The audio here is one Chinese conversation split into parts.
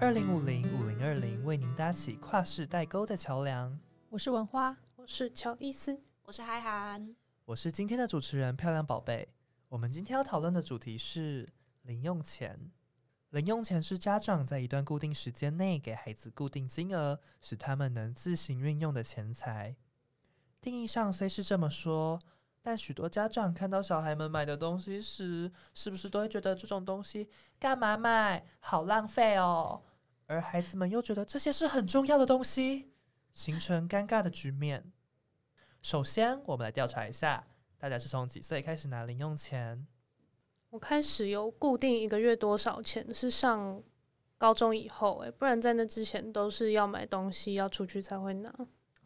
二零五零五零二零为您搭起跨世代沟的桥梁。我是文花，我是乔伊斯，我是海涵。我是今天的主持人漂亮宝贝。我们今天要讨论的主题是零用钱。零用钱是家长在一段固定时间内给孩子固定金额，使他们能自行运用的钱财。定义上虽是这么说，但许多家长看到小孩们买的东西时，是不是都会觉得这种东西干嘛买，好浪费哦？而孩子们又觉得这些是很重要的东西，形成尴尬的局面。首先，我们来调查一下，大家是从几岁开始拿零用钱？我开始有固定一个月多少钱，是上高中以后、欸，不然在那之前都是要买东西要出去才会拿。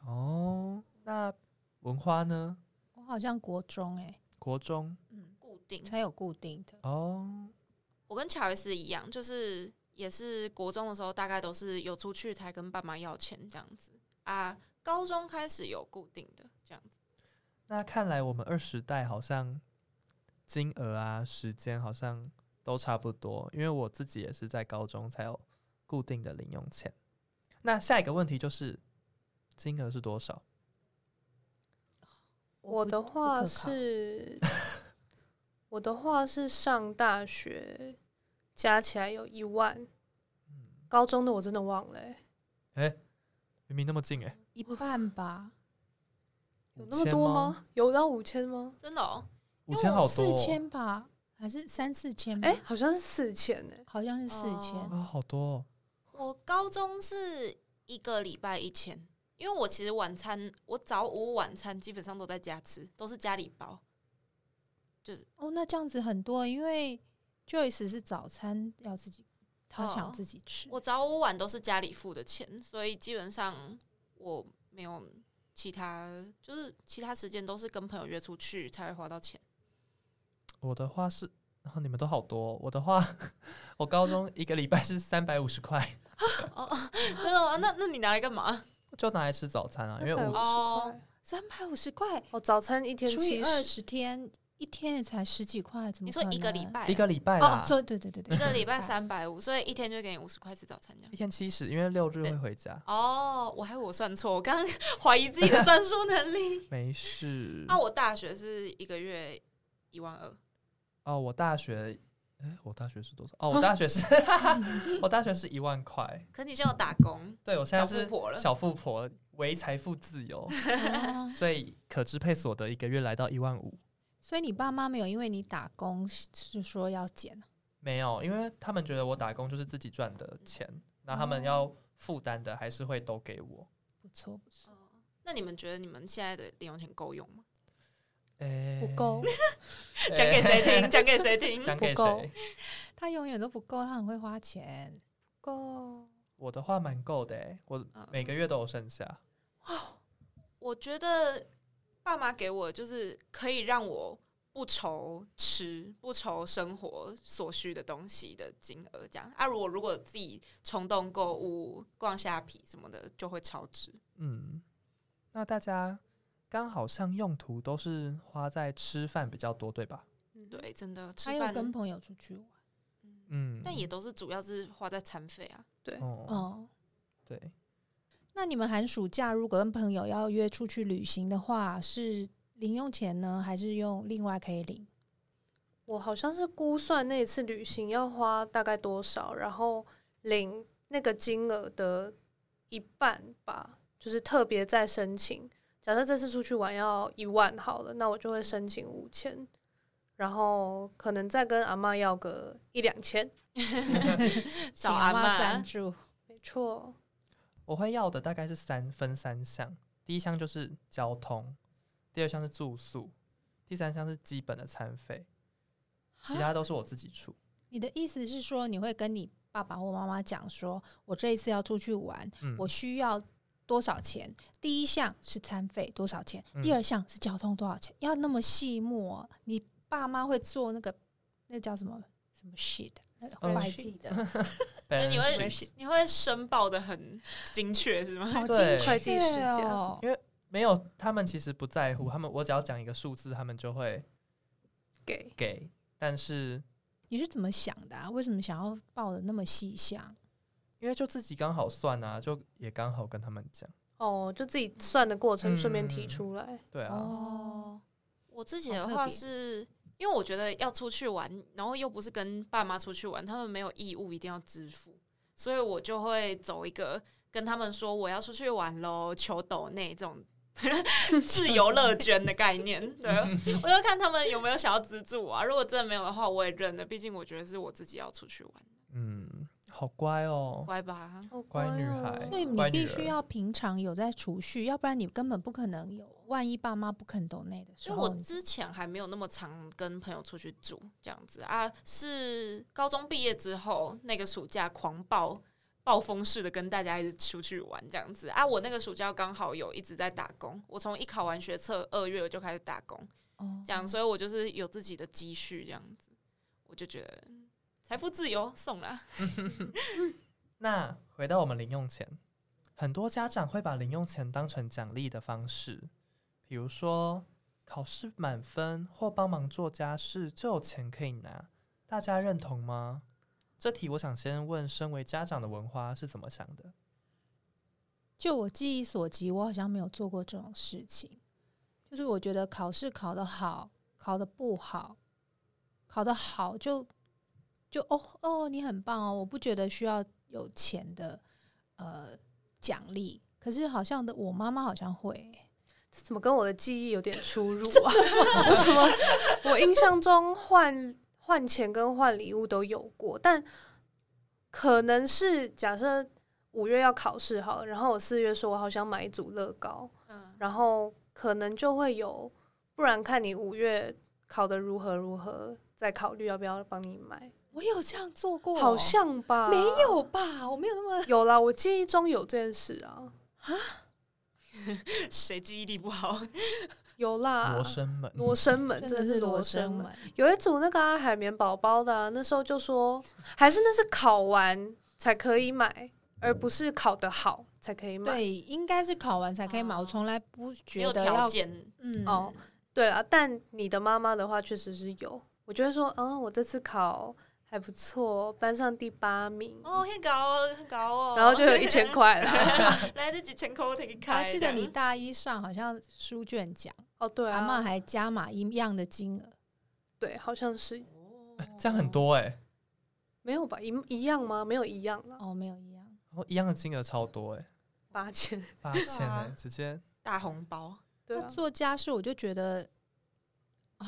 哦，那文花呢？我好像国中哎、国中固定，才有固定的，哦，我跟乔伊斯一样，就是也是国中的时候，大概都是有出去才跟爸妈要钱这样子啊。高中开始有固定的这样子，那看来我们二十代好像金额啊、时间好像都差不多，因为我自己也是在高中才有固定的零用钱。那下一个问题就是金额是多少？我不的不话可靠是， 我的话是上大学加起来有一万，高中的我真的忘了、欸，明明那么近诶、一半吧，有那么多5000？吗？有到五千吗？真的哦。五千好多、四哦，千吧，还是三四千吧？哎、好像是四千哎、好像是四千、啊、好多、哦。我高中是一个礼拜一千，因为我其实晚餐，我早午晚餐基本上都在家吃，都是家里包。哦，那这样子很多，因为 Joyce 是早餐要自己，他想哦自己吃。我早午晚都是家里付的钱，所以基本上我没有其他，就是其他时间都是跟朋友约出去才会花到钱。 我的话是，然后你们都好多哦、我的话， 我高中一个礼拜是三百五十块，真的吗？那那你拿来干嘛？就拿来吃早餐啊，因为350我哦块三百五十块哦，早餐一天除以七二十，十天，一天也才十几块，怎么你说可一个礼能拜啊，一个礼拜啦哦，，做对对对对，一个礼拜 三百五，所以一天就给你五十块吃早餐这样一。天七十，因为六日会回家，哦，我还以为我算错，我刚刚怀疑自己的算数能力。没事。 啊，我大学是一个月一万二，哦，我大学，哎，我大学是多少？ 哦，我大学是， 我大学是一万块。可你叫我打工，对，我现在小富是婆了。小富婆，为财富自由，啊所以可支配所得一个月来到一万五。所以你爸妈没有因为你打工是说要减啊没有，因为他们觉得我打工就是自己赚的钱，那他哦们要负担的还是会都给我。不错不错，那你们觉得你们现在的零用钱够用 吗？哎，不够， 哎，讲给谁嗯听？讲给谁听？讲给不够谁？他永远都不够，他很会花钱，不够。我的话蛮够的、欸，我嗯每个月都有剩下。我觉得爸妈给我就是可以让我不愁吃、不愁生活所需的东西的金额，这样啊。如果如果自己冲动购物、逛虾皮什么的，就会超支。嗯，那大家刚好像用途都是花在吃饭比较多，对吧？嗯对，真的吃他又饭，跟朋友出去玩，嗯，但也都是主要是花在餐费啊。哦、哦。对，那你们寒暑假如果跟朋友要约出去旅行的话，是零用钱呢，还是用另外可以领？我好像是估算那一次旅行要花大概多少，然后领那个金额的一半吧，就是特别再申请。假设这次出去玩要一万好了，那我就会申请五千，然后可能再跟阿妈要个一两千。请 找阿嬷嬷赞 助，没错，我会要的大概是三分三项，第一项就是交通，第二项是住宿，第三项是基本的餐费，啊其他都是我自己出。啊你的意思是说，你会跟你爸爸或妈妈讲说，我这一次要出去玩，嗯，我需要多少钱？第一项是餐费多少钱，嗯第二项是交通多少钱？要那么细目、哦，你爸妈会做那个那叫什么什么 sheet 那嗯呃会计 的，那你 balance 会 sheet 你会申报的很精确是吗？好精对确会计师这样哦因。为没有他们其实不在乎，他们我只要讲一个数字，他们就会给给，但是你是怎么想的、啊？为什么想要报的那么细项？因为就自己刚好算啊，就也刚好跟他们讲，哦，就自己算的过程顺便提嗯出来。对啊，哦哦，我自己好的特话别是。因为我觉得要出去玩，然后又不是跟爸妈出去玩，他们没有义务一定要支付，所以我就会走一个跟他们说我要出去玩喽，求抖内 这种自由乐捐的概念。对，我就看他们有没有想要资助我啊。如果真的没有的话，我也认了，毕竟我觉得是我自己要出去玩，嗯，好乖哦，乖吧？好乖女哦哎孩所以你乖必女须儿要平常有在储蓄，要不然你根本不可能有。万一爸妈不肯懂内的时所以候，我你之前还没有那么常跟朋友出去住这样子啊，是高中毕业之后那个暑假狂暴暴风式的跟大家一直出去玩这样子啊。我那个暑假刚好有一直在打工，我从一考完学测二月我就开始打工，哦这样，所以我就是有自己的积蓄这样子，我就觉得财富自由送啦。那回到我们零用钱，很多家长会把零用钱当成奖励的方式，比如说考试满分或帮忙做家事就有钱可以拿，大家认同吗？这题我想先问，身为家长的文花是怎么想的？就我记忆所及，我好像没有做过这种事情。就是我觉得考试考得好，考得不好，考得好就就哦哦，你很棒哦，我不觉得需要有钱的呃奖励。可是好像的，我妈妈好像会，这怎么跟我的记忆有点出入啊？我怎么 我印象中换换钱跟换礼物都有过，但可能是假设五月要考试好了，然后我四月说我好想买一组乐高，嗯，然后可能就会有，不然看你五月考得如何如何，再考虑要不要帮你买，我有这样做过好像吧？没哦有吧？我没有那么有啦，我记忆中有这件事啊，谁记忆力不好？ 有啦，罗生门，啊罗生门真真的的是是罗罗生生门。门，有一组那个、啊、海绵宝宝的、啊，那时候就说，还是那是考完才可以买，而不是考得好才可以买。对，应该是考完才可以买。哦我从来不没觉有得条要件，嗯哦，对啦，但你的妈妈的话确实是有，我就会说，嗯，我这次考还不错，班上第八名，哦，很高哦，很高哦，然后就有一 千块啦。来这几千块我给你我开。还啊记得这你样大一上好像书卷奖，哦，对阿嬷啊，还加码一样的金额，对，好像是这样很多哎、没有吧？一一样吗？没有一样啦，哦，没有一样，然后一样的金额超多哎、八千。八千哎、啊直接大红包。对那啊，做家事我就觉得啊、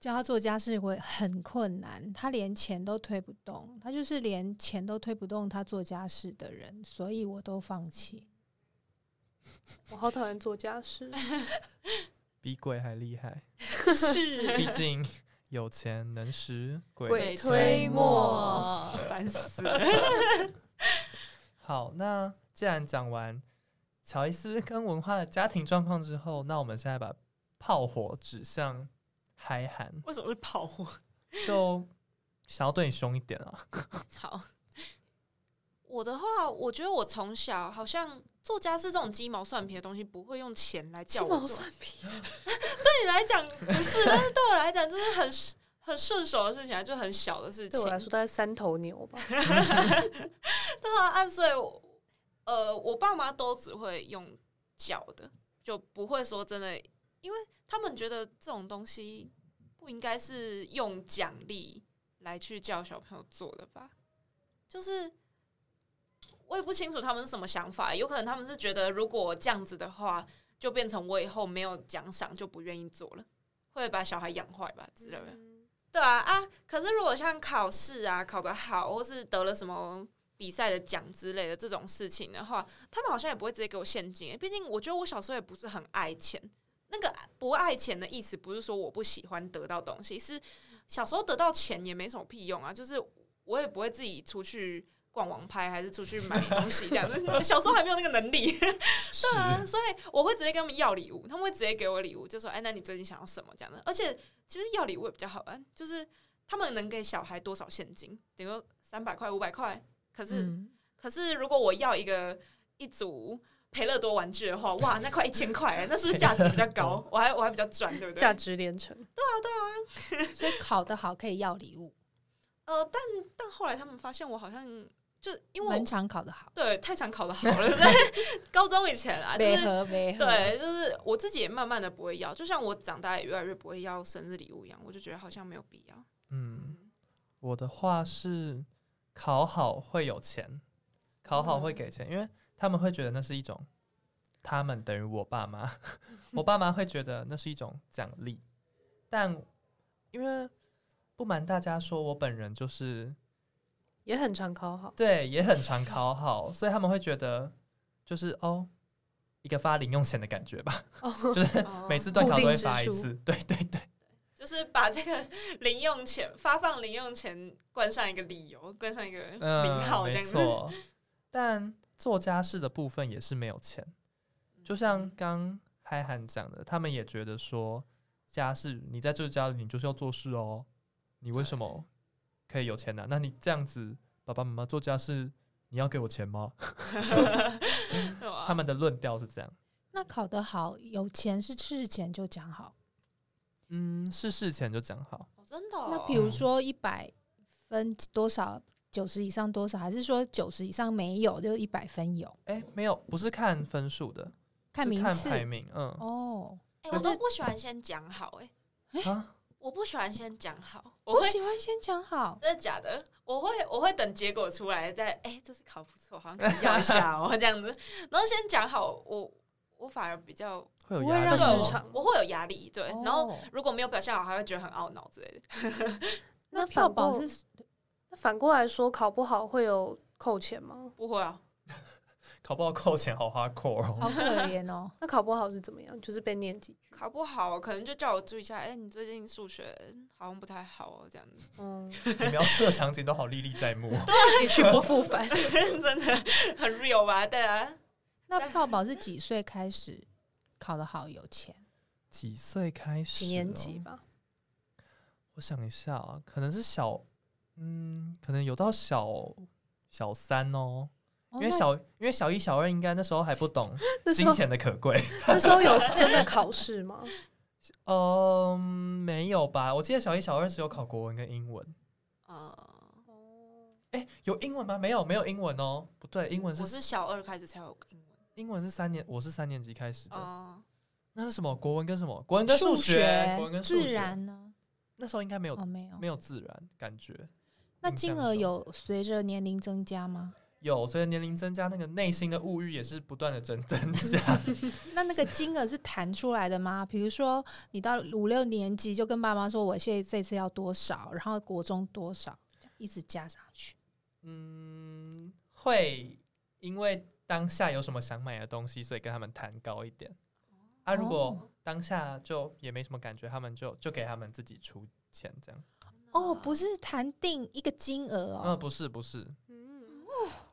教他做家事会很困难，他连钱都推不动，他就是连钱都推不动他做家事的人，所以我都放弃。我好讨厌做家事。比鬼还厉害，是毕 竟有钱能使鬼鬼推磨。烦死了。 好，那既然讲完乔伊斯跟文化的家庭状况之后，那我们现在把炮火指向嗨韩，为什么是跑火？ 就想要对你凶一点啊。好，我的话，我觉得我从小好像做家事这种鸡毛蒜皮的东西，不会用钱来鸡叫我毛做。蒜皮，对你来讲不是，但是对我来讲，就是很很顺手的事情啊，就很小的事情。对我来说大概三头牛吧。 对啊，按所以我，呃，我爸妈都只会用脚的，就不会说真的，因为他们觉得这种东西不应该是用奖励来去叫小朋友做的吧？就是我也不清楚他们是什么想法，有可能他们是觉得如果这样子的话，就变成我以后没有奖赏就不愿意做了，会把小孩养坏吧之类的。嗯对啊啊！可是如果像考试啊，考得好，或是得了什么比赛的奖之类的这种事情的话，他们好像也不会直接给我现金欸。毕竟我觉得我小时候也不是很爱钱。那个啊不爱钱的意思，不是说我不喜欢得到东西，是小时候得到钱也没什么屁用啊。就是我也不会自己出去逛网拍，还是出去买东西这样 子。小时候还没有那个能力。是对啊，所以我会直接跟他们要礼物，他们会直接给我礼物，就说：“哎，那你最近想要什么？”这样的。而且其实要礼物也比较好玩，就是他们能给小孩多少现金，顶多三百块、五百块。可是、嗯，可是如果我要一个一组培乐多玩具的话，哇，那快一千块，欸那是不是价值比较高？我还我还比较赚，对不对？价值连城。所以考得好可以要礼物，呃，但但后来他们发现我好像就因为门我场考得好，对太常考的 好了，在高中以前啊，就没是合 没合，对，就是我自己也慢慢的不会要，就像我长大也越来越不会要生日礼物一样，我就觉得好像没有必要。 嗯，我的话是考好会有钱，考好会给钱，因为他们会觉得那是一种，他们等于我爸妈， 我爸妈会觉得那是一种奖励，但因为不瞒大家说，我本人就是也很常考好。对也很常考好，所以他们会觉得就是哦，一个发零用钱的感觉吧， 哦，就是哦每次段考都固会定支发一出次，对对对。 就是把这个 零用钱发放零用钱冠上一个理由，冠上一个嗯，名号这没样子。 错，但做家事的部分也是没有钱，就像刚嗨涵讲的，他们也觉得说家事你在这个家里你就是要做事哦，你为什么可以有钱呢、那你这样子，爸爸妈妈做家事，你要给我钱吗？对吧他们的论调是这样。那考得好，有钱是事前就讲好。嗯，是事前就讲好，哦真的哦、那比如说一百分多少，九十以上多少，还是说九十以上没有，就一百分有？哎、没有，不是看分数的，看是名看次排名，嗯，哦，哎、我都不喜欢先讲好、哎，啊，我不喜欢先讲好，我我会喜欢先讲好。真的假的？我会我会等结果出来再，哎、这次考不错，好像可以要一下哦，这样子。然后先讲好，我我反而比较会有不会压让力市哦场我会有压力，对。然后哦如果没有表现好，还会觉得很懊恼之类的。那那票反宝过 是那反过来说，考不好会有扣钱吗？，不会啊，考不好扣钱，好花扣哦。 好可怜哦那考不好是怎么样？就是被念几句。考不好可能就叫我注意一下，哎、你最近数学好像不太好哦，这样子。 嗯，你描述的场景都好历历在目。哦一去不复返。真的很 real 吧？对啊， 那票宝是几岁开始考得好有钱？几岁开始、几年哦级？吧？我想一下啊，可能是小，嗯，可能有到小小三哦，哦因为那小因为小一小二应该那时候还不懂那时金候钱的可贵，那时候有真的考试吗？嗯，没有吧？我记得小一小二只有考国文跟英文，嗯，哎、有英文吗？没有，没有英文哦，不对，英文我是是小二开始才有英文。英文是三年，我是三年级开始的，哦，那是什么？国文跟什么？国文跟数学国文跟数自学然呢？那时候应该没有、哦，没有没。有自然感觉。那印金象额中有随着年龄增加吗？有，随着年龄增加，那个内心的物欲也是不断的增增 加。那那个金额是弹出来的吗？ 比如说你到五六年级就跟爸妈说，我现在这次要多少，然后国中多少，这样一直加上去。嗯，会因为当下有什么想买的东西，所以跟他们谈高一点。啊，如哦果当下就也没什么感觉，他们就就给他们自己出钱这样。哦，不是谈定一个金额嗯、哦，不是不是，嗯，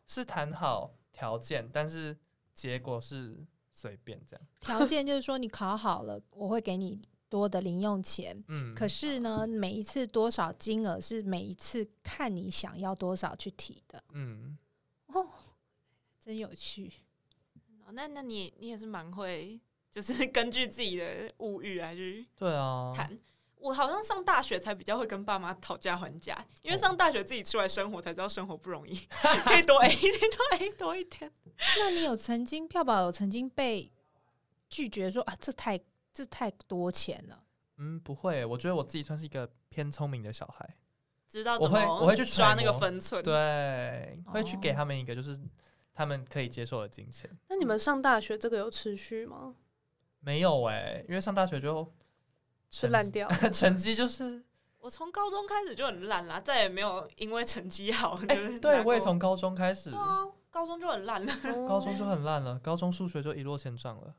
是谈好条件，但是结果是随便这样。条件就是说你考好了，我会给你多的零用钱。嗯，可是呢，每一次多少金额是每一次看你想要多少去提的，嗯，真有趣。那那你你也是蛮会，就是根据自己的物欲来去对啊，谈。我好像上大学才比较会跟爸妈讨价还价，因为上大学自己出来生活才知道生活不容 易，可以多 A 一点，多 A 多一点。那你有曾经票宝有曾经被拒绝说啊，这太这太多钱了？嗯，不会，我觉得我自己算是一个偏聪明的小孩。知道我怎会么我会去抓揣那个摩分寸。对，会去给哦他们一个就是他们可以接受的金钱。那你们上大学这个有持续吗？没有哎、因为上大学就是成烂绩，掉？ 成绩就是我从高中开始就很烂啦，再也没有因为成绩好。哎、就是拿对过我也从高中开始对，啊，高中就很烂了。高高中就很烂了，高中数学就一落千丈了，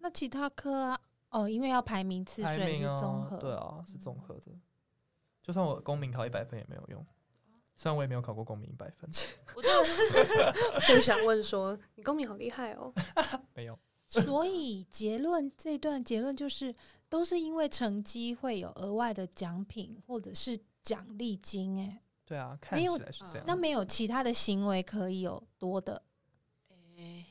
那其他科啊，哦，因为要排名次，所排以名是综啊合。，对啊，是综合的。就算我公民考一百分也没有用，虽然我也没有考过公民一百分，我就正想问说，你公民好厉害哦。，没有。所以结论这段结论就是，都是因为成绩会有额外的奖品或者是奖励金，哎，对啊，看没起有来是这啊样。那没有其他的行为可以有多的哎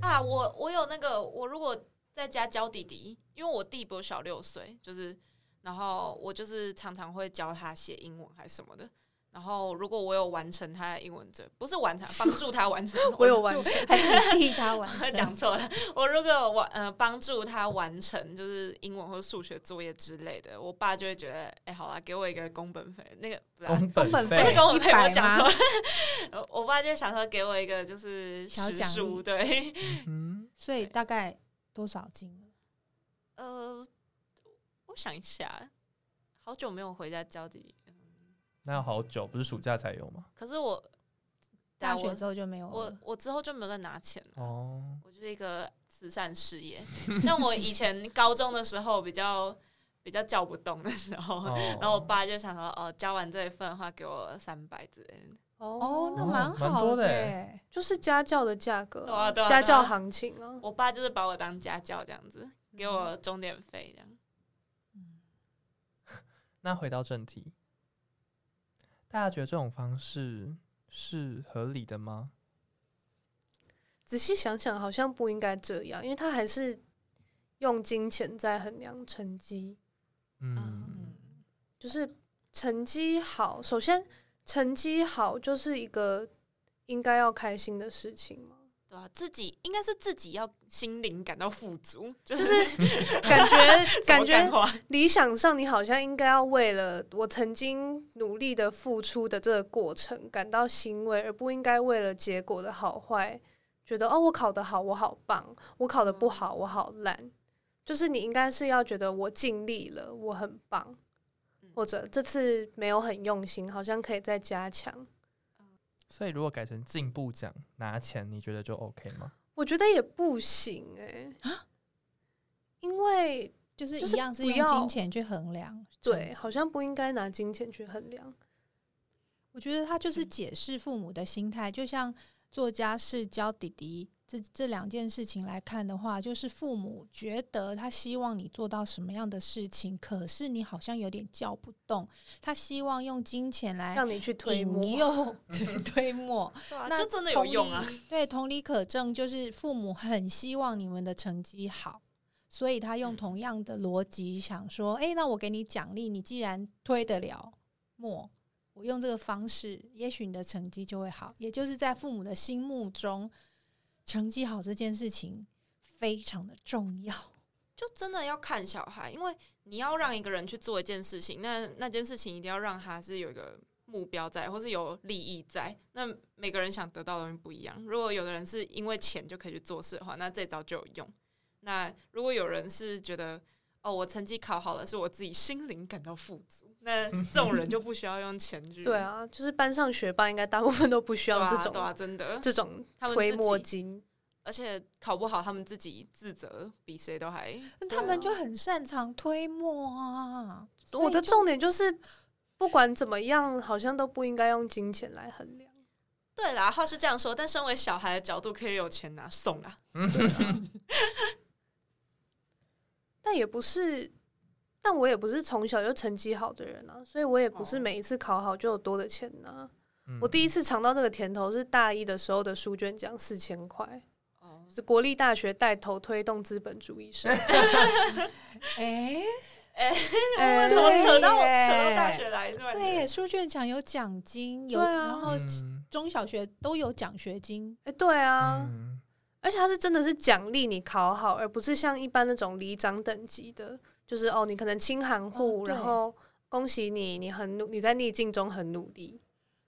啊，我我有那个，我如果在家教弟弟，因为我弟比我小六岁，就是，然后我就是常常会教他写英文还是什么的，然后如果我有完成他的英文作业，不是完成，帮助 他完成我有完成，还是替他 完我讲成？错了，我如果我呃帮助他完成就是英文或数学作业之类的，我爸就会觉得，哎、好啦，给我一个工本费，那个不是啊工本本不费是费，工本费， 100我讲错哎吗了， 我爸就想说给我一个就是小时奖励数，对， 嗯，所以大概多少金额？呃，我想一下，好久没有回家教自己，那要好久，不是暑假才有吗？可是我大对啊学之后就没有我我了。我之后就没有再拿钱了。哦，我就是一个慈善事业。像我以前高中的时候比较比较叫不动的时候，哦然后我爸就想说，哦，交完这一份的话，给我三百之类的。哦，那哦蛮蛮好欸多的耶。就是家教的价格对啊对啊家教对啊行情啊，我爸就是把我当家教这样子，给我钟点费这样。嗯那回到正题，大家觉得这种方式是合理的吗？仔细想想好像不应该这样，因为他还是用金钱在衡量成绩，嗯，就是成绩好，首先成绩好就是一个应该要开心的事情嘛，对啊，自己应该是自己要心灵感到富足， 就就是 是感觉什感么干觉话理想上你好像应该要为了我曾经努力的付出的这个过程感到欣慰，而不应该为了结果的好坏觉得哦我考得好我好棒，我考得不好我好烂，就是你应该是要觉得我尽力了我很棒嗯，或者这次没有很用心，好像可以再加强。所以如果改成进步奖拿钱，你觉得就 OK 吗？我觉得也不行哎、啊因为就是就一是样是不用要金钱去衡量。对，，好像不应该拿金钱去衡量。我觉得他就是解释父母的心态，就像做家事教弟弟这这两件事情来看的话，就是父母觉得他希望你做到什么样的事情，可是你好像有点叫不动，他希望用金钱来让你去推引磨，诱 对推磨， 对啊，那就真的有用啊同。理。对，同理可证，就是父母很希望你们的成绩好，所以他用嗯同样的逻辑想说：，诶，那我给你奖励，你既然推得了墨，我用这个方式，也许你的成绩就会好。也就是在父母的心目中，成绩好这件事情非常的重要。就真 的啊要看小孩，因为你要让一个人去做一件事情，那那件事情一定要让他是有一个目标在，或是有利益在。那每个人想得到的东西不一样。如果有的人是因为钱就可以去做事的话，那这招就有用。那如果有人是觉得哦，我成绩考好了，是我自己心灵感到富足，那这种人就不需要用钱去。对，啊，就是班上学霸应该大部分都不需嗯对要啊，这种、对啊，真的。这种他们推自磨己金。而且考不好，他们自己自责，比谁都还。那对他们啊就很擅长推磨啊。所我以的就重点就是，不管怎么样，好像都不应该用金钱来衡量。对啦，话是这样说，但身为小孩的角度，可以有钱拿送啦。但也不是，但我也不是从小就成绩好的人啊，所以我也不是哦每一次考好就有多的钱拿、嗯我第一次尝到这个甜头是大一的时候的书卷奖四千块，哦，是国立大学带头推动资本主义 社会。诶，哎、哎怎么扯到对耶扯到大学来？突然对耶，间，书卷奖有奖金，有、对啊然后嗯中小学都有奖学金，哎、对啊，嗯而且它是真的是奖励你考好，而不是像一般那种里长等级的，就是哦，你可能清寒户，哦对然后恭喜你，你很努，你在逆境中很努力。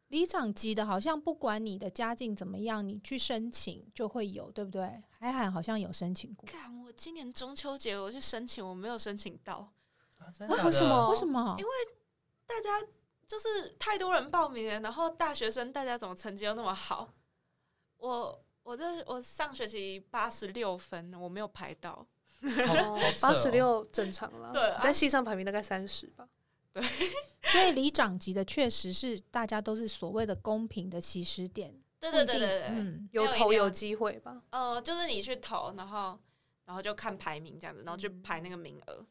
里长级的，好像不管你的家境怎么样，你去申请就会有，对不对？海涵好像有申请过，看我今年中秋节我去申请，我没有申请到，啊真为假的什么哦为什么？因为大家就是太多人报名了，然后大学生大家怎么成绩又那么好？我我这我上学期八十六分，我没有排到，好好扯哦 八十六正常啦，对啊你在系上排名大概三十吧。所以里长级的确实是大家都是所谓的公平的起始点，对不一对定对对对，嗯，有没有一头定要有机会吧？呃，就是你去投，然后然后就看排名这样子，然后去排那个名额。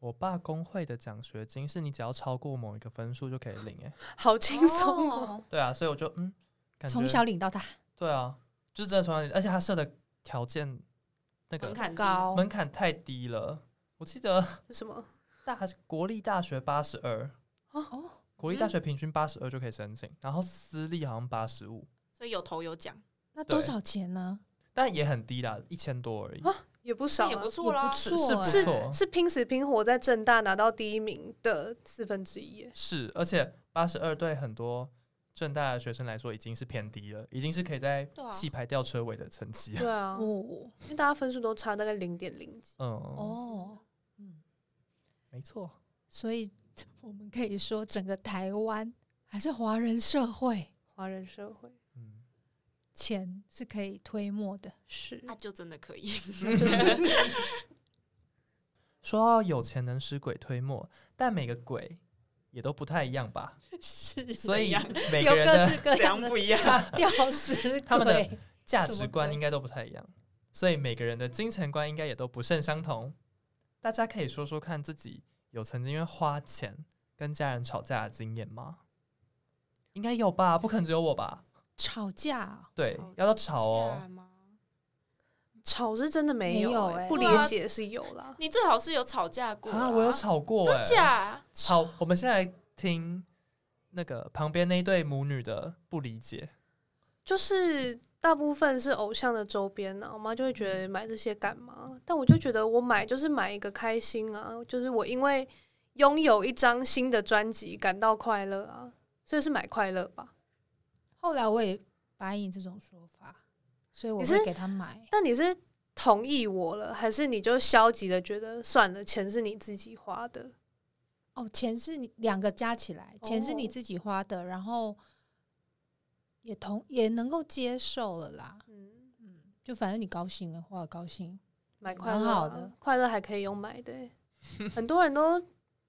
我爸工会的奖学金是你只要超过某一个分数就可以领，哎，好轻松哦，哦对啊，所以我就嗯，感觉从小领到大，对啊，就是真的从小领，而且他设的条件那门个槛低高门槛太低了，我记得什么？大国立大学八十二，哦，国立大学平均八十二就可以申请，然后私立好像八十五，所以有头有奖，那多对少钱呢？但也很低啦，一千多而已，啊也不少那啊、也不错啦也。是哦不是不错哎欸错，是拼死拼活在正大拿到第一名的四分之一耶。是，而且八十二对很多正大的学生来说已经是偏低了，已经是可以在对啊系排掉车尾的成绩了。对啊，哦因为大家分数都差大概零点零几。嗯，哦，嗯，没错，所以 我们可以说，整个台湾还是华人社会华人社会嗯，钱是可以推磨的。是那、啊就真的可以，说到有钱能使鬼推磨，但每个鬼也都不太一样吧，是，所以样每有个人各的式各怎样样的不一样？ 屌丝他们的鬼价什值么观鬼应该都不太一样，所以每个人的金钱观应该也都不甚相同。大家可以说说看自己有曾经因为花钱跟家人吵架的经验吗？应该有吧，不可能只有我吧？吵架啊、对吵，要到吵是 哦。吗吵是真的没有没有欸欸不理对啊解是有啦。你最好是有吵架过啊，我有吵过哎、真假？好，我们现在来听那个旁边那一对母女的不理解。就是大部分是偶像的周边啊呢、我妈就会觉得买这些干嘛？但我就觉得我买就是买一个开心啊，就是我因为拥有一张新的专辑感到快乐啊，所以是买快乐吧。后来我也答应这种说法，所以我你是会给他买。但你是同意我了，还是你就消极的觉得算了，钱是你自己花的？哦，钱是你两个加起来，钱是你哦自己花的，然后也同也能够接受了啦。嗯，嗯，就反正你高兴的话高兴，买快乐、蛮好啊的，快乐还可以用买的 欸、很多人都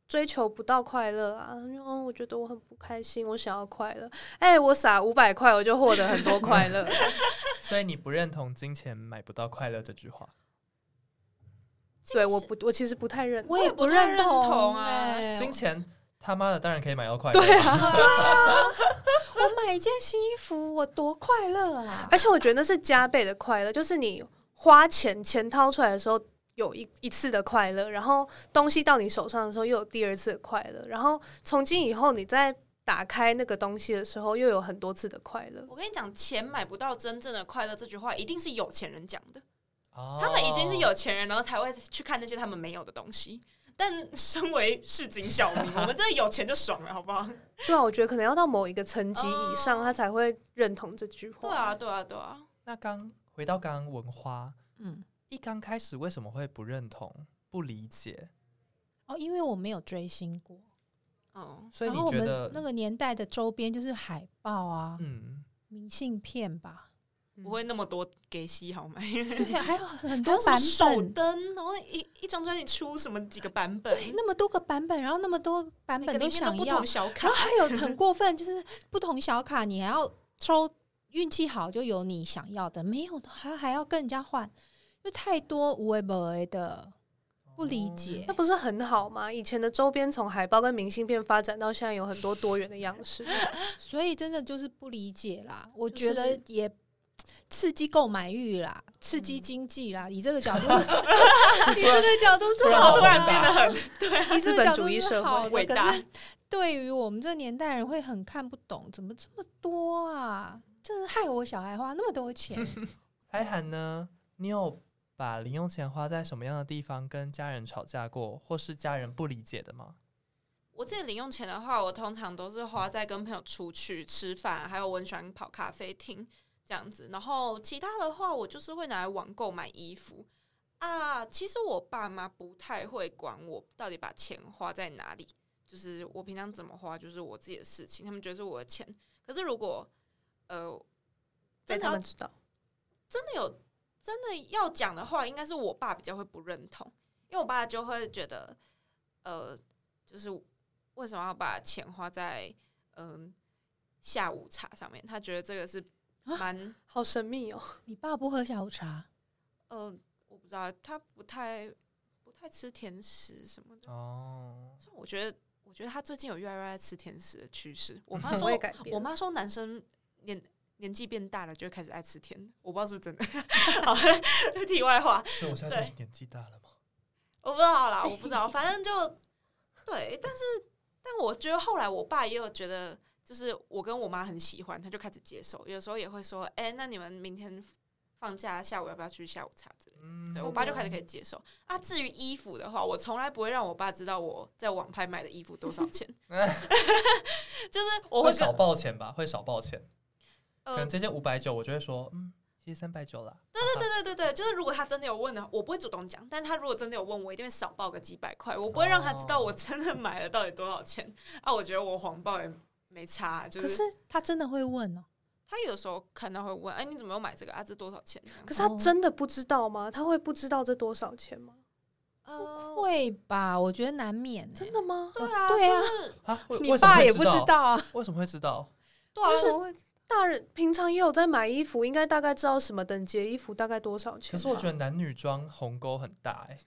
追求不到快乐啊。因为哦，我觉得我很不开心，我想要快乐。哎、我撒五百块，我就获得很多快 乐。所以你不认同金钱买不到快乐这句话？对，我不，我其实不太认同。我也也不不太认同同啊欸金我钱他妈的当然可以买到快乐。对啊，我买一件新衣服，我多快乐啊！而且我觉得那是加倍的快乐，就是你花钱钱掏出来的时候有一一次的快乐，然后东西到你手上的时候又有第二次的快乐，然后从今以后你再打开那个东西的时候又有很多次的快乐。我跟你讲，钱买不到真正的快乐这句话，一定是有钱人讲的。哦他们已经是有钱人，然后才会去看那些他们没有的东西。但身为市井小民，我们真的有钱就爽了，好不好？对啊，我觉得可能要到某一个层级以上，哦他才会认同这句话。对啊，，对啊，对啊。那刚回到刚刚文花，嗯，一刚开始为什么会不认同、不理解？哦，因为我没有追星过，哦，所以然你后我觉们得，那个年代的周边就是海报啊、嗯，明信片 吧，不会那么多给息好买，对，还有很还多有什么版手本，灯，然后一一张专辑出什么几个版本，那么多个版本，然后那么多版每个本里面想不要同， 小卡然后，还有很过分，就是不同小卡你还要抽，运气好就有你想要的，没有的还还要跟人家换，就太多无为不为的，不理解 哦。那不是很好吗？以前的周边从海报跟明信片发展到现在，有很多多元的样 式。 所以真的就是不理解啦，我就觉得是也刺激购买欲啦，刺嗯激经济啦，以这 个角度，以这个角度突是然好 突的然啦，变得 很以这资个本角主度义是社好会的，伟可大是对于我们这年代人会很看不懂，怎么这么多啊？真的害我小孩花那么多钱，海涵呢？你有把零用钱花在什么样的地方跟家人吵架过，或是家人不理解的吗？我自己零用钱的话，我通常都是花在跟朋友出去吃饭，还有我很喜欢跑咖啡厅这样子。然后其他的话，我就是会拿来网购买衣服啊。其实我爸妈不太会管我到底把钱花在哪里，就是我平常怎么花，就是我自己的事情，他们觉得是我的钱。可是如果呃，被真的他要们知道，真的有真的要讲的话，应该是我爸比较会不认同，因为我爸就会觉得，呃，就是为什么要把钱花在嗯、下午茶上面？他觉得这个是啊蛮好神秘哦。你爸不喝下午茶，嗯、我不知道，他不太不太吃甜食什么的。哦，所以我觉得，我觉得他最近有越来越爱吃甜食的趋势。 我妈很说会改，变我妈说男生年年纪变大了就会开始爱吃甜的，我不知道是不是真的。 好， 题外话，所以我现在在就就是是年纪大了嘛。我不知道啦，我不知道，反正就对，但是但我觉得后来我爸也有觉得，就是我跟我妈很喜欢，他就开始接受，有时候也会说，哎、那你们明天放假下午要不要去下午茶之类的。 嗯对我爸就开始可以接受啊。至于衣服的话，我从来不会让我爸知道我在网拍买的衣服多少钱，就是我会会少跟报钱吧，会少报钱。可呃能，这件五百九，我就会说，嗯，其实三百九啦。对对对对对，就是如果他真的有问的话，我不会主动讲，但他如果真的有问，我一定会少报个几百块，我不会让他知道我真的买了到底多少钱啊。我觉得我谎报也没差，啊就可是是他真的会问哦、他有时候看到会问，哎，你怎么又买这个啊？这多少钱？可是他哦真的不知道吗？他会不知道这多少钱吗？呃，会吧？我觉得难免、欸，真的吗？哦对啊，对啊就是啊，为你爸也不为什么知会道，道啊，为什么会知道？对啊，就是是大人平常也有在买衣服，应该大概知道什么等级的衣服大概多少可钱吧。是我觉得男女装鸿沟很大哎、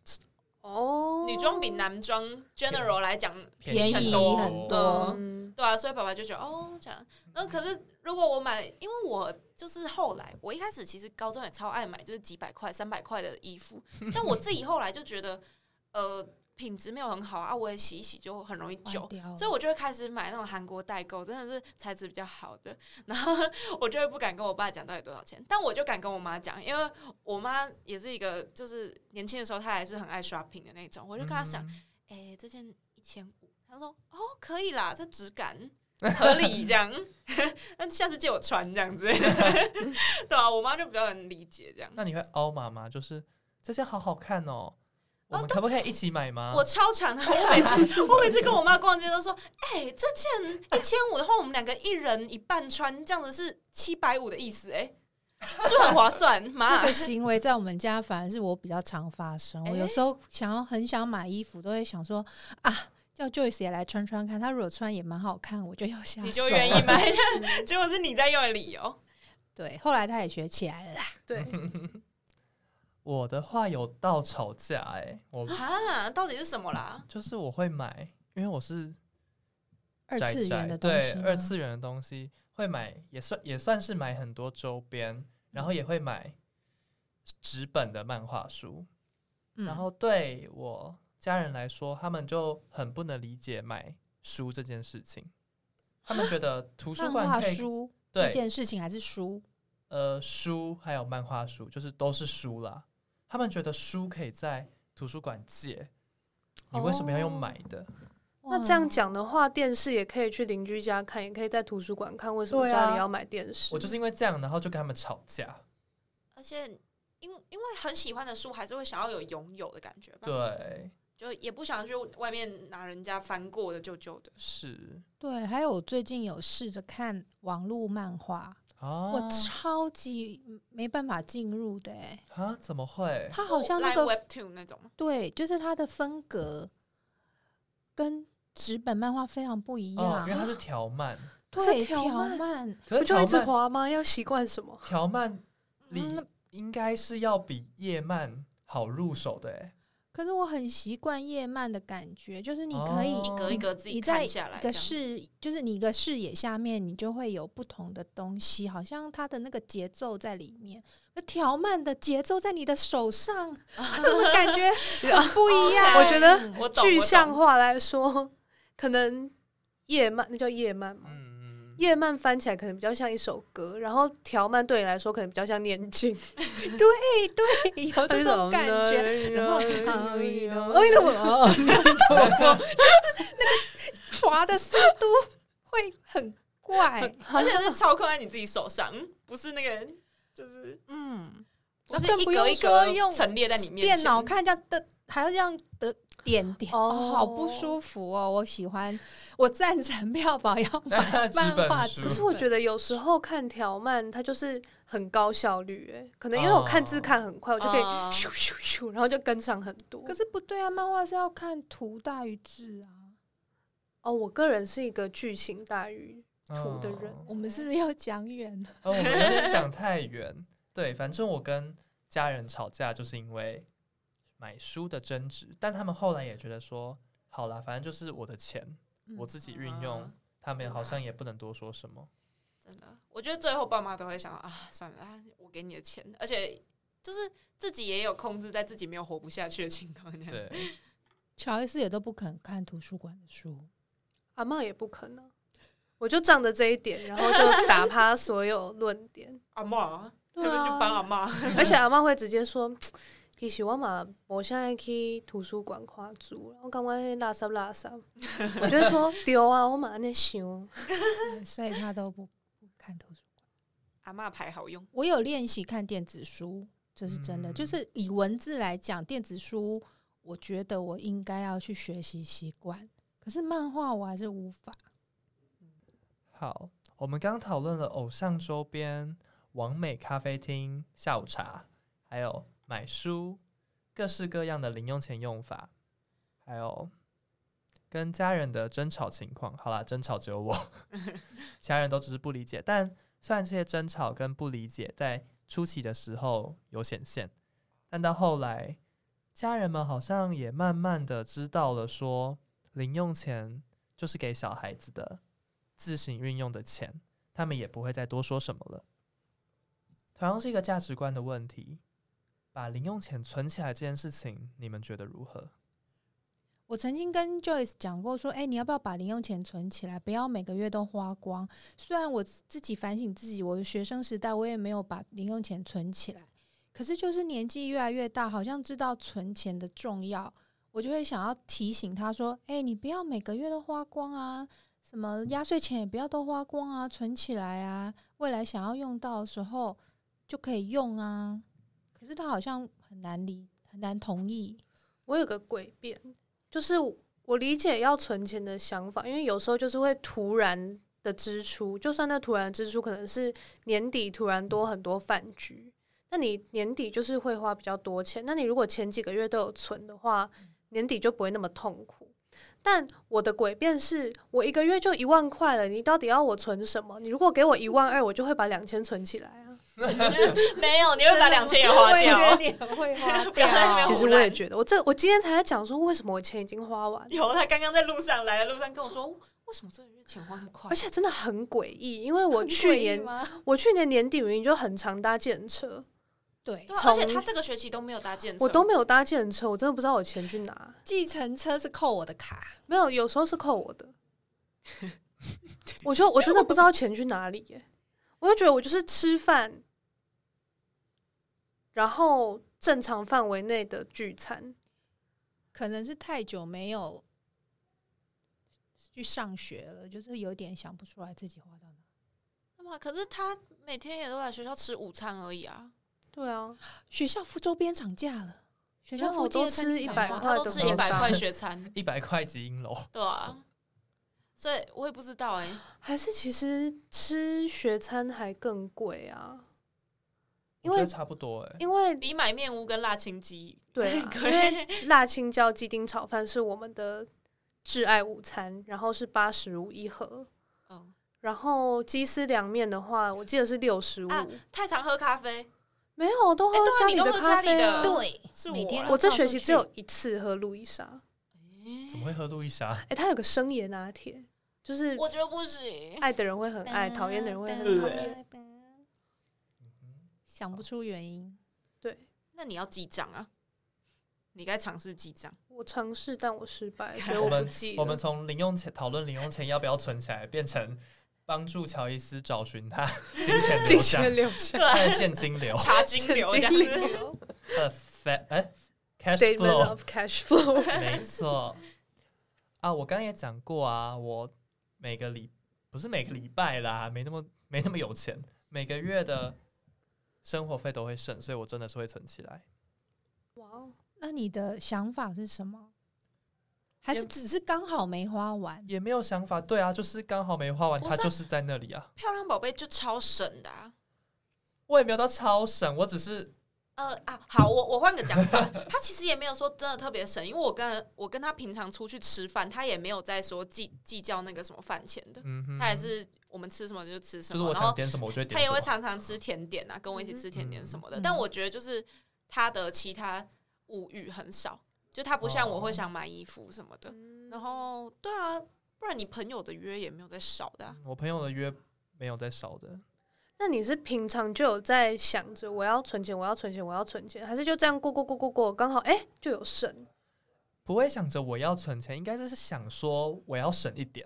哦，女装比男装 general 来讲便宜很多很多嗯对啊，所以爸爸就觉得哦这样。然后可是如果我买，因为我就是后来，我一开始其实高中也超爱买，就是几百块、三百块的衣服，但我自己后来就觉得，呃，品质没有很好啊，我也洗一洗就很容易坏久。掉了嗯所以我就会开始买那种韩国代购，真的是材质比较好的。然后我就会不敢跟我爸讲到底多少钱，但我就敢跟我妈讲，因为我妈也是一个就是年轻的时候她还是很爱 shopping 的那种。我我就跟她讲，哎、这件一千五，他说哦，可以啦，这质感合理这样， 那下次借我穿这样子， 对啊，我妈就比较能理解这样。那你会凹妈妈，就是这件好好看哦，我们可不可以一起买吗？我超常的，我每次我每次跟我妈逛街都说，哎、这件一千五的话，我们两个一人一半穿，这样子是七百五的意思、哎，是不是很划 算？妈这，个行为在我们家反而是我比较常发生。我有时候想要很想买衣服，都会想说啊，叫 Joyce 也来穿穿看，她如果穿也蛮好看，我就要下你手就愿意买， 结果是你在用的理由。对，后来她也学起来了哦啦。对，我的话有到吵架哎、我啊，到底是什么啦？就是我会买，因为我是二宅次宅元的东对西吗，二次元的东西会买，也算也算是买很多周边，然嗯后也会买纸本的漫画书。嗯，然后对我家人来说，他们就很不能理解买书这件事情，他们觉得图书漫画馆可以书这对件事情还是书，呃书还有漫画书，就是都是书啦。他们觉得书可以在图书馆借，你为什么要用哦买的？那这样哇讲的话，电视也可以去邻居家看，也可以在图书馆看。为什么对啊家里要买电视？我就是因为这样，然后就跟他们吵架。而且因因为很喜欢的书，还是会想要有拥有的感觉嗯吧。对，就也不想去外面拿人家翻过的旧旧的。是对，还有我最近有试着看网络漫画，啊，我超级没办法进入的、欸，啊，怎么会？它好哦像那 Line 个哦 Webtoon 那种吗，对，就是它的风格跟纸本漫画非常不一哦样，，因为它是条 漫，对是条条漫漫，可不是就条一直漫滑吗？要习惯什 么？条漫里嗯应该是要比夜漫好入手的哎。可是我很习惯夜漫的感觉，就是你可以哦一格一格自己嗯你在看下来一这个样。视，就是你一个视野下面，你就会有不同的东西，好像它的那个节奏在里面。那条漫的节奏在你的手上， 怎么感 觉很不一样？欸我觉得我懂，具我懂 象化来说，可能夜漫那叫夜漫吗？嗯，夜漫翻起来可能比较像一首歌，然后条漫对你来说可能比较像念经，对对，有 这种感觉。 觉然后，哎哎阿哎弥陀佛，阿弥弥陀陀佛，佛 阿弥陀佛，但是那个滑的速度会 嗯很怪，而且是操控在你自己手上，不是那个，就是嗯，不是那更一不格用一说格用陈列在你面前。电脑看这样的，还要这样的点点，哦，哦好不舒服哦！我喜欢，我赞成 票宝要买纸漫画本纸书，可是我觉得有时候看条漫，它就是很高效率、哎，可能因为哦我看字看很快，我就可以哦咻咻咻，然后就跟上很多。可是不对啊，漫画是要看图大于字啊。哦，我个人是一个剧情大于，图的人哦我们是不是要讲远了？哦，我们有点讲太远。对，反正我跟家人吵架就是因为买书的争执，但他们后来也觉得说，好啦，反正就是我的钱，我自己运用嗯啊，他们真的好像也不能多说什么。真的，我觉得最后爸妈都会想到啊，算了啊，我给你的钱，而且就是自己也有控制在自己没有活不 下去的情况下。对，乔伊斯也都不肯看图书馆的书，阿嬷也不肯啊。我就仗着这一点，然后就打趴所有论点。阿妈，他对们就帮啊，阿妈，而且阿嬷会直接说：“其实我嘛，我现在去图书馆看书，然后感觉那垃圾垃圾。”我就会说：“ 丢啊，我嘛那想。嗯所以他都不不看图书。阿妈牌好用，我有练习看电子书，这是真的。嗯就是以文字来讲，电子书我觉得我应该要去学习习惯，可是漫画我还是无法。好，我们刚讨论了偶像周边、完美咖啡厅、下午茶，还有买书，各式各样的零用钱用法，还有跟家人的争吵情况。好啦，争吵只有我， 其他人都只是不理解。但虽然这些争吵跟不理解在初期的时候有显现，但到后来，家人们好像也慢慢的知道了说零用钱就是给小孩子的，自行运用的钱，他们也不会再多说什么了。同样是一个价值观的问题，把零用钱存起来这件事情，你们觉得如何？我曾经跟 Joyce 讲过，说，哎、你要不要把零用钱存起来，不要每个月都花光。虽然我自己反省自己，我的学生时代我也没有把零用钱存起来，可是就是年纪越来越大，好像知道存钱的重要，我就会想要提醒他说，哎、你不要每个月都花光啊，什么压岁钱也不要都花光啊，存起来啊，未来想要用到的时候就可以用啊。可是他好像很难理，很难同意。”我有个诡辩，就是我理解要存钱的想法，因为有时候就是会突然的支出，就算那突然的支出可能是年底突然多很多饭局，那你年底就是会花比较多钱。那你如果前几个月都有存的话，年底就不会那么痛苦。但我的诡辩是我一个月就一万块了，你到底要我存什么？你如果给我一万二，我就会把两千存起来啊。没有，你会把两千也花我也觉得掉。你很会花 不要在掉。那边其胡实我乱也觉得，我这我今天才在讲说，为什么我钱已经花完了有，他刚刚在路上来的路上跟我说，为什么这个月钱花那么快？而且真的很诡异，因为我去年我去年年底明明就很常搭计程车，对对啊，而且从他这个学期都没有搭建设，我都没有搭计程车，我真的不知道我钱去哪。计程车是扣我的卡，没有，有时候是扣我的，我就我真的不知道钱去哪里耶、我就觉得我就是吃饭，然后正常范围内的聚餐，可能是太久没有去上学了，就是有点想不出来自己花到哪。哇，啊可是他每天也都来学校吃午餐而已啊，对啊，学校附周边涨价了，学校没有附近我的都吃餐厅100涨百价他块都的吃午一餐百块学餐，一百块级银楼，对啊，所以我也不知道哎、还是其实吃学餐还更贵啊，因我觉为得差不多哎、因为你买面屋跟辣青鸡，，对啊 因为辣青椒鸡丁炒饭是我们的挚爱午餐，然后是八十五一盒，嗯，然后鸡丝凉面的话，我记得是六十五，啊太常喝咖啡，没有，我都喝哎对啊家你里都的喝咖家里啡的啊。对是每我天啦都我这照学出期只去有一次喝路易莎，怎么会喝路易莎？哎，它有个生椰拿铁，就是我觉得不行，爱的人会很哎爱，讨厌的人会很讨厌。厌，想不出原因。对那你要记账啊，你该尝试记账。我尝试，但我失败，所以我不们记我们了。 从零用钱讨论零用钱要不要存起来，变成帮助乔伊斯找寻他金钱金流向，钱流向，对啊他 的现金流， 查金流这样现金子，流他的 fat 哎、cash ，statement flow， of cash flow。 没错。啊，我刚刚也讲过啊，我每个礼不是每个礼拜啦，没那么没那么有钱，每个月的生活费都会剩，所以我真的是会存起来。哇哦，那你的想法是什么？还也是只是刚好没花完？也没有想法，对啊，就是刚好没花完，不它是啊就是在那里啊。漂亮宝贝就超省的、啊。我也没有到超省，我只是呃啊，好，我我换个讲法，他其实也没有说真的特别省，因为我跟我跟他平常出去吃饭，他也没有在说计计较那个什么饭钱的，嗯哼，他也是我们吃什么就吃什就是么，我然想后点什么我就会点他也什会么。常常吃甜点啊，跟我一起吃甜点什么的。嗯但我觉得就是他的其他物欲很少，就他不像我哦会想买衣服什么嗯的。然后对啊，不然你朋友的约也没有在少的、啊，我朋友的约没有在少的，那你是平常就有在想着我要存钱，我要存钱，我要存钱，还是就这样过过过过过，刚好哎、诶就有剩？不会想着我要存钱，应该就是想说我要省一点，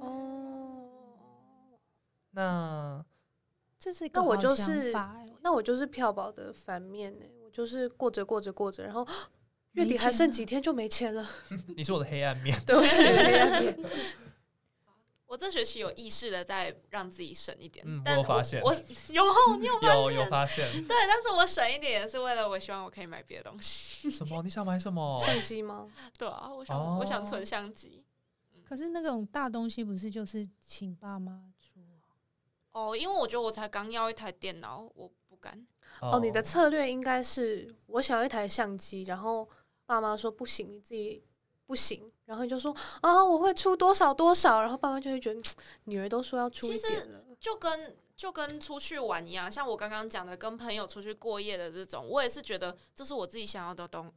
哦，那这是一个那我好就想是法欸那我就是票宝的反面呢、我就是过着过着过着，然后月没底还钱剩了几天就没 钱了，你是我的黑暗 面，对，我是你的黑暗面我这学期有意识的在让自己省一点，嗯但我有发现我 有哦你有发有现有发现对， 但是我省一点也是为了我希望我可以买别的东西。什么？你想买什么？相机吗？对啊，我想、我哦想存相机。可是那种大东西不是就是请爸妈出啊？哦，因为我觉得我才刚要一台电脑，我不敢。哦哦，你的策略应该是我想要一台相机，然后爸妈说不行，你自己不行，然后你就说啊我会出多少多少，然后爸妈就会觉得女儿都说要出其一实点了，就跟就跟出去玩一样，像我刚刚讲的，跟朋友出去过夜的这种，我也是觉得这是我自己想要的东，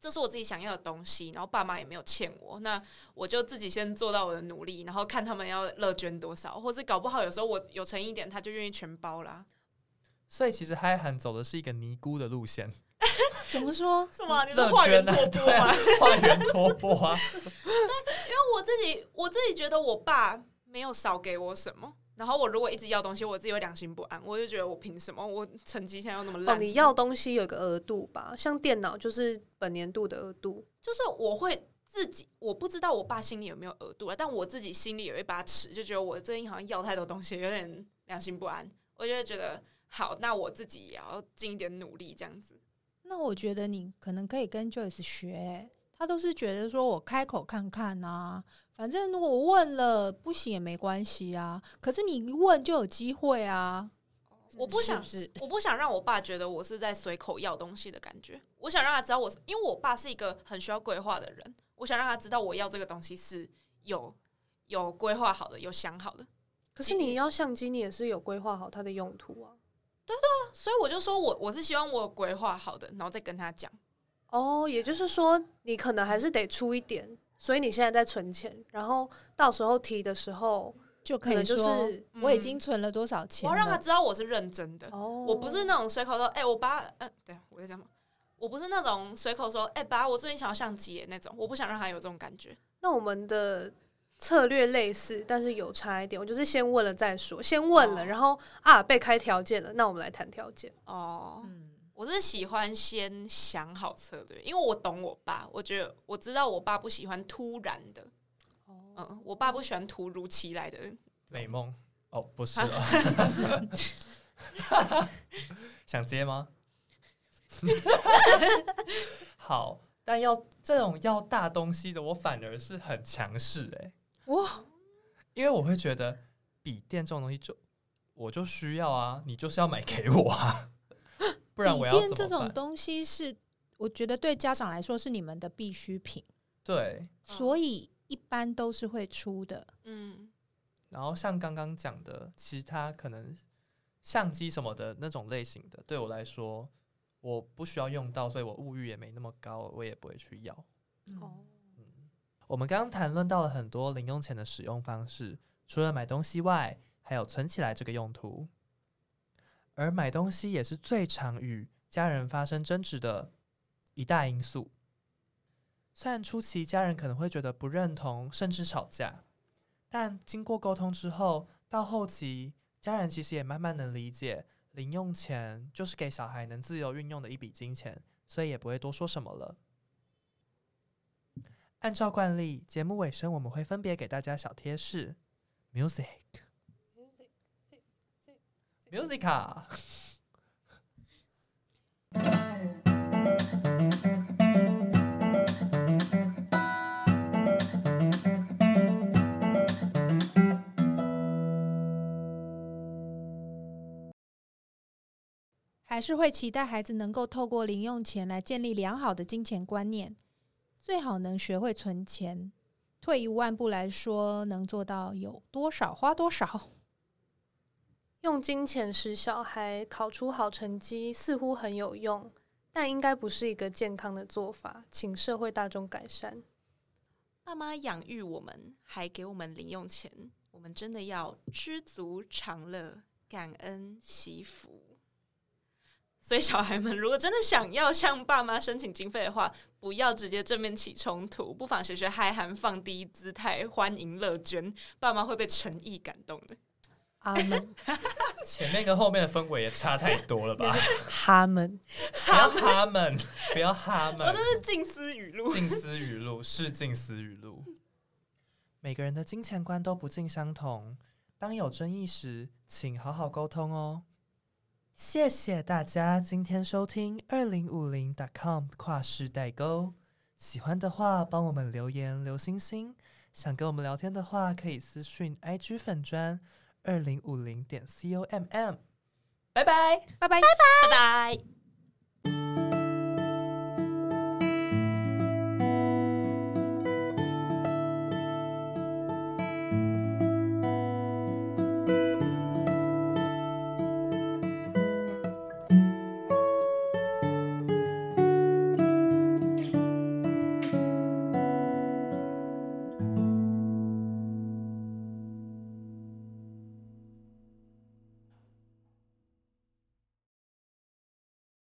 这是我自己想要的东西，然后爸妈也没有欠我，那我就自己先做到我的努力，然后看他们要乐捐多少，或是搞不好有时候我有诚意一点，他就愿意全包啦。所以其实嗨韩走的是一个尼姑的路线，怎么说？什么？你是乐化缘捐啊，托钵对吗啊？，化缘托钵啊，我自己我自己觉得我爸没有少给我什么。然后我如果一直要东西，我自己会良心不安，我就觉得我凭什么？我成绩现在又那么哦，烂，你要东西有个额度吧，像电脑就是本年度的额度，就是我会自己，我不知道我爸心里有没有额度啊，但我自己心里有一把尺，就觉得我最近好像要太多东西，有点良心不安，我就会觉得好，那我自己也要尽一点努力这样子。那我觉得你可能可以跟 Joyce 学欸、他都是觉得说我开口看看啊，反正如果我问了不行也没关系啊。可是你一问就有机会啊，我不想是不是我不想让我爸觉得我是在随口要东西的感觉，我想让他知道我，因为我爸是一个很需要规划的人，我想让他知道我要这个东西是有有规划好的，有想好的。可是你要相机，你也是有规划好它的用途啊。所以我就说我我是希望我有规划好的，然后再跟他讲。哦，也就是说，你可能还是得出一点，所以你现在在存钱，然后到时候提的时候，就可可以能就说、是我已经存了多少钱嗯我要让他了。知道我是认真的，哦，我不是那种随口说，哎、我爸，呃，对，我在讲什么？我不是那种随口说，哎、爸，我最近想要相机耶那种，我不想让他有这种感觉。那我们的策略类似，但是有差一点。我就是先问了再说，先问了，哦然后啊被开条件了，那我们来谈条件。哦，嗯，我是喜欢先想好策略，因为我懂我爸，我觉得我知道我爸不喜欢突然的，哦嗯，我爸不喜欢突如其来的，美梦哦，不是 了，想接吗？ 好，但要这种要大东西的，我反而是很强势哎、哇，因为我会觉得笔电这种东西就我就需要啊，你就是要买给我啊，不然我笔要电怎这么种办？东西是，我觉得对家长来说是你们的必需品，对，所以一般都是会出的。嗯，然后像刚刚讲的，其他可能相机什么的那种类型的，对我来说，我不需要用到，所以我物欲也没那么高，我也不会去要。嗯哦，嗯我们刚刚谈论到了很多零用钱的使用方式，除了买东西外，还有存起来这个用途。而买东西也是最常与家人发生争执的一大因素。虽然初期家人可能会觉得不认同，甚至吵架，但经过沟通之后，到后期家人其实也慢慢能理解，零用钱就是给小孩能自由运用的一笔金钱，所以也不会多说什么了。按照惯例，节目尾声我们会分别给大家小贴士。Music。Music 啊！还是会期待孩子能够透过零用钱来建立良好的金钱观念，最好能学会存钱。退一万步来说，能做到有多少花多少。用金钱使小孩考出好成绩似乎很有用，但应该不是一个健康的做法，请社会大众改善。爸妈养育我们，还给我们零用钱，我们真的要知足常乐，感恩惜福。所以小孩们如果真的想要向爸妈申请经费的话，不要直接正面起冲突，不妨学学嗨韩，放低姿态，欢迎乐捐，爸妈会被诚意感动的。阿门，前面跟后面的氛围也差太多了 吧？哈门，不要他们，不要他我们这，是静思语录。近思语录是近思语录。每个人的金钱观都不尽相同，当有争议时，请好好沟通哦。谢谢大家今天收听二零五零 .com 跨世代沟，喜欢的话帮我们留言留星星，想跟我们聊天的话可以私讯 IG 粉砖二零五零点 com m，拜拜。拜拜。拜拜。